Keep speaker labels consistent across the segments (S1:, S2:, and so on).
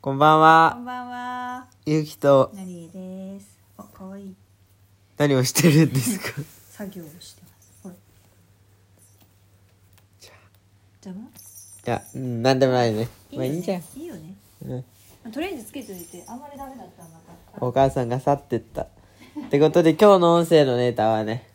S1: こんばん
S2: こ
S1: は、
S2: んばんは。
S1: ゆきと
S2: なりえです。あ、可愛い
S1: 何をしてるんですか
S2: 作業をしてます。ほら。邪魔。
S1: いや、うんなんでもないね。まあい
S2: よ
S1: いじゃん
S2: ね。。いいよね。
S1: うん
S2: とりあえずつけといて、あんまりダメだったらまた。
S1: お母さんが去ってった。ってことで今日の音声のネタはね、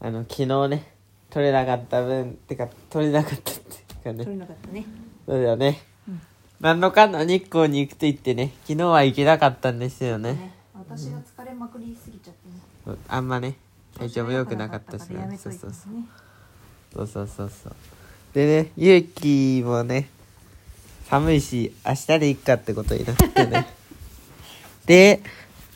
S1: あの、昨日ね、撮れなかった分、てか、撮れなかったっていうかね
S2: 取。れなかったね。
S1: そうだよね。
S2: うん
S1: 何のかんの日光に行くと言ってね、昨日は行けなかったんですよね。
S2: ね私が疲れまくりすぎちゃってね。
S1: あんまね、体調も良くなかったし
S2: や
S1: ね。
S2: め
S1: そ
S2: と
S1: う
S2: いて
S1: そ
S2: ね
S1: うそう。そうそうそうそうでねゆうきもね寒いし明日でいっかってことになって ねで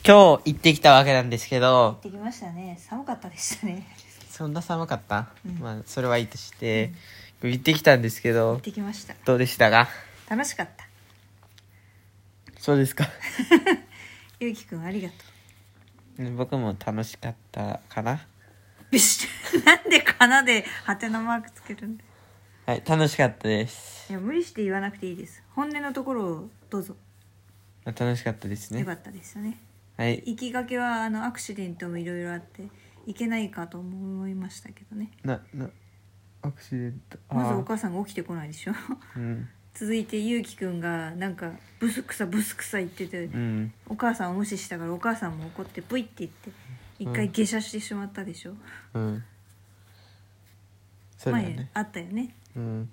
S1: 今日行ってきたわけなんですけど
S2: できましたね。寒かったでしたね。
S1: そんな寒かった、
S2: うん
S1: まあそれはいいとして、行ってきたんですけど
S2: できました。
S1: どうでしたか
S2: 楽しかった。
S1: そうですか
S2: ゆうきくんありがと う。
S1: 僕も楽しかったかな
S2: びっしりなんでかなでハテナマークつけるんだよ
S1: はい楽しかったです
S2: いや無理して言わなくていいです本音のところをどうぞ、
S1: まあ楽しかったです
S2: よ
S1: ね
S2: かったですよね
S1: はい
S2: 行きがけはあのアクシデントもいろいろあって行けないかと思いましたけどね
S1: ななアクシデント
S2: まずお
S1: あ
S2: 母さんが起きてこないでしょ
S1: ーうん
S2: 続いてゆうきくんがなんかブスくさブスくさ言ってて、
S1: うん
S2: お母さんを無視したからお母さんも怒ってブイって言って一回下車してしまったでしょ、
S1: うんそうだよ
S2: 前
S1: ね
S2: あったよね
S1: うん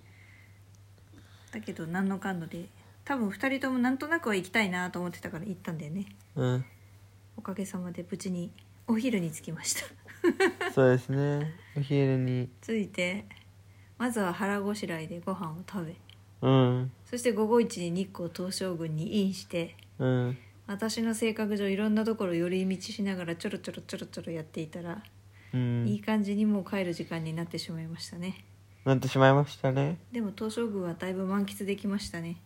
S2: だけど何のかんので多分2人ともなんとなくは行きたいなと思ってたから行ったんだよね
S1: うん
S2: おかげさまで無事にお昼に着きました
S1: そうですねお昼に
S2: 続いてまずは腹ごしらえでご飯を食べ
S1: うん
S2: そして午後一に日光東照宮にインして
S1: うん
S2: 私の性格上いろんなところ寄り道しながらちょろちょろちょろちょろやっていたら、
S1: うん
S2: いい感じにもう帰る時間になってしまいましたね
S1: なってしまいましたね
S2: でも東照宮はだいぶ満喫できましたね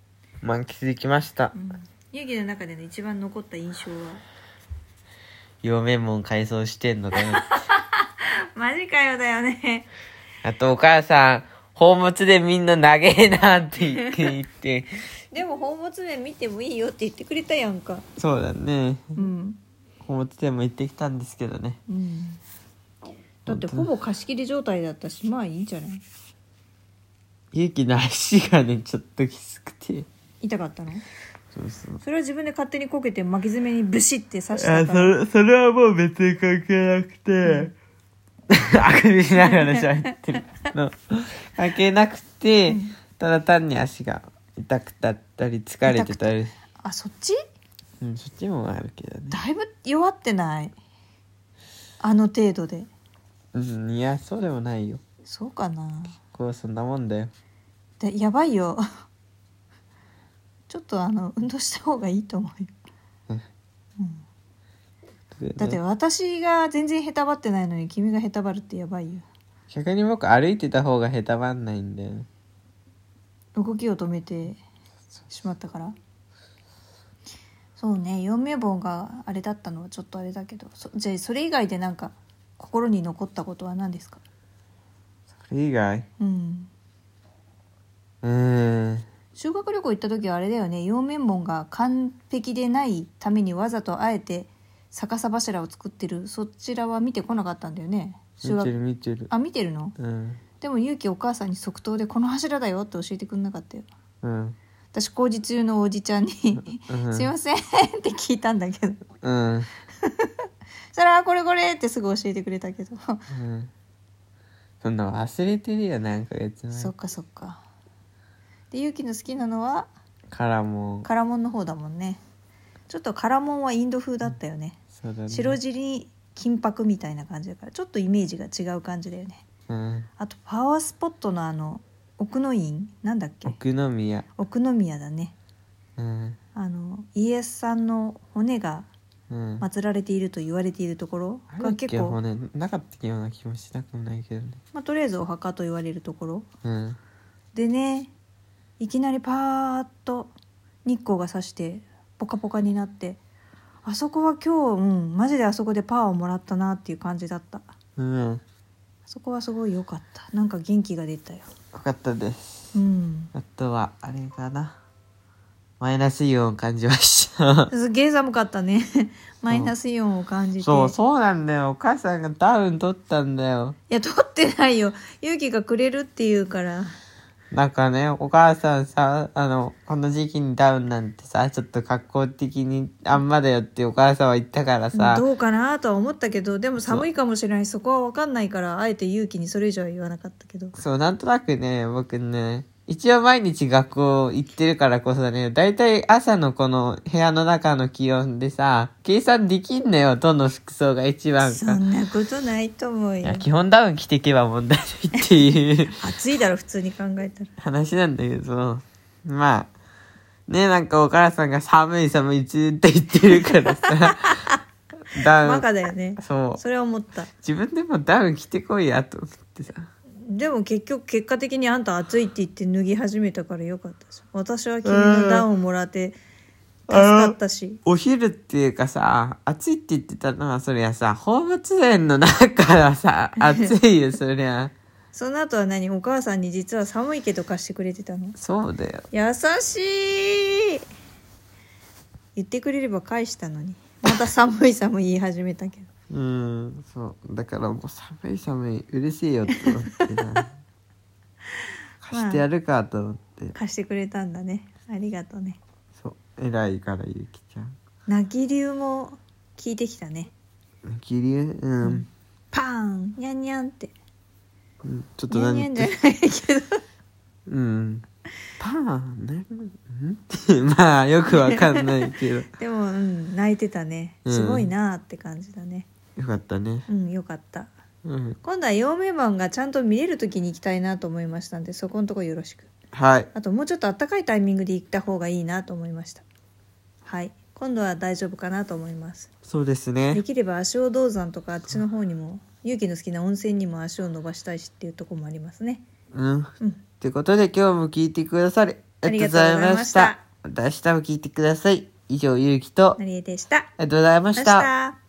S1: 満喫できました
S2: うん遊戯の中での一番残った印象は
S1: 両面門改装してんのかよ
S2: マジかよだよね
S1: あとお母さん宝物でみんな長えなって言って言って
S2: でも宝物面見てもいいよって言ってくれたやんか
S1: そうだね
S2: うん
S1: 宝物でも行ってきたんですけどね
S2: うんだってほぼ貸し切り状態だったしまあいいんじゃない
S1: 勇気の足がねちょっときつくて
S2: 痛かったの
S1: そうそう
S2: それは自分で勝手にこけて巻き爪にブシって刺した
S1: あそ
S2: から
S1: れそれはもう別に関係なくて、 あくびしながら喋ってるの関係なくて、ただ単に足が痛くたったり疲れてたり
S2: あそっち
S1: うん、そっちもあるけどね
S2: だいぶ弱ってないあの程度で
S1: うんいやそうでもないよ
S2: そうかな
S1: こうそんなもんだよ
S2: でやばいよちょっとあの運動した方がいいと思うよだって私が全然へたばってないのに君がへたばるってやばいよ
S1: 逆に僕歩いてた方が下手ばんないんだよね
S2: 動きを止めてしまったからそうね陽明本があれだったのはちょっとあれだけどそじゃあそれ以外でなんか心に残ったことは何ですか
S1: それ以外
S2: うん
S1: うーん
S2: 修学旅行行った時はあれだよね陽明本が完璧でないためにわざとあえて逆さ柱を作ってるそちらは見てこなかったんだよね修
S1: 見てる見て
S2: 学
S1: る
S2: あ見てるの
S1: うん
S2: でも勇気お母さんに即答で「この柱だよ」って教えてくんなかったよ
S1: うん
S2: 私工事中のおじちゃんに
S1: う
S2: 「
S1: ん
S2: すいません」って聞いたんだけど
S1: うん、うん、
S2: それはこれこれってすぐ教えてくれたけど、
S1: そんな忘れてるよ何ヶ月前
S2: そっかそっかでゆうきの好きなのは
S1: からもう
S2: カラモンの方だもんねちょっとカラモンはインド風だったよね、
S1: そうだね
S2: 白地に金箔みたいな感じだからちょっとイメージが違う感じだよね
S1: うん
S2: あとパワースポットのあの奥の院なんだっけ
S1: 奥宮
S2: 奥の宮だね
S1: うん
S2: あの家康さんの骨が
S1: うん、
S2: 祀られていると言われているところ
S1: あれだ
S2: が
S1: っけ
S2: 結構、
S1: 骨なかったような気もしなくもないけどね
S2: まあ、とりあえずお墓と言われるところ
S1: うん
S2: でねいきなりパーッと日光が差してポカポカになってあそこは今日、うん、マジであそこでパワーをもらったなっていう感じだったあ
S1: うんよ
S2: そこはすごい良かったなんか元気が出たよ
S1: かったです
S2: うん
S1: あとはあれかなマイナスイオンを感じま した。
S2: すげえ寒かったね マイナスイオンを感じて
S1: そう、そうなんだよ。お母さんがダウン取ったんだよ。
S2: いや取ってないよ勇気がくれるって言うから
S1: なんかね、お母さんさ、あの、この時期にダウンなんてさ、ちょっと格好的にあんまだよってお母さんは言ったからさ、
S2: どうかなとは思ったけどでも寒いかもしれないそこは分かんないからあえて勇気にそれ以上は言わなかったけど
S1: そう、なんとなくね、僕ね、一応毎日学校行ってるからこそね、だいたい朝のこの部屋の中の気温でさ、計算できんのよ、どの服装が一番
S2: そ
S1: か。
S2: んなことないと思う
S1: い
S2: よ
S1: や、基本ダウン着てけば問題ないっていう
S2: 暑いだろ普通に考えたら
S1: 話なんだけど、まあ、ね、なんかお母さんが寒い寒いずーっと言ってるからさ、ダウ
S2: バ
S1: ン、
S2: カだよね
S1: そう、
S2: それは思った
S1: 自分でもダウン着てこいやと思ってさ。
S2: でも結局結果的にあんた暑いって言って脱ぎ始めたからよかったじゃん私は君のダウンをもらって助かったし
S1: お昼っていうかさ、暑いって言ってたのは、そりゃさ、放物園の中はさ、暑いよ、そりゃ。
S2: その後は何お母さんに実は寒いけど貸してくれてたの
S1: そうだよ。
S2: 優しい言ってくれれば返したのにまた寒い寒い言い始めたけど
S1: うん、そう。だからもう寒い寒い、嬉しいよって思ってさ。貸してやるかと思って。
S2: 貸してくれたんだねありがとうね
S1: そう。偉いから、ゆきちゃん。
S2: 泣き流も聞いてきたね
S1: 気流うん。
S2: パーンニャンニャンって
S1: うん、ちょっ
S2: ニ
S1: と
S2: ャン
S1: 何
S2: ニャ
S1: 言
S2: ン
S1: っ
S2: じゃ
S1: て
S2: ないけど
S1: うん。パーン、ね、うん まあ、よくわかんない けど。
S2: でも、うん、泣いてたね
S1: うん
S2: すごいなーって感じだね
S1: よかったね。
S2: うんよかった
S1: うん。
S2: 今度は陽明版がちゃんと見れる時に行きたいなと思いましたんでそこのとこよろしく
S1: はい。
S2: あともうちょっと暖かいタイミングで行った方がいいなと思いましたはい今度は大丈夫かなと思います
S1: そうですね。
S2: できれば足尾銅山とかあっちの方にも勇気の好きな温泉にも足を伸ばしたいしっていうところもありますね
S1: うん。
S2: うん
S1: ということで今日も聞いてくださりありがとうございました。また明日も聞いてください。以上、ゆうきと、あ
S2: 成江でした
S1: りがとうございました。
S2: た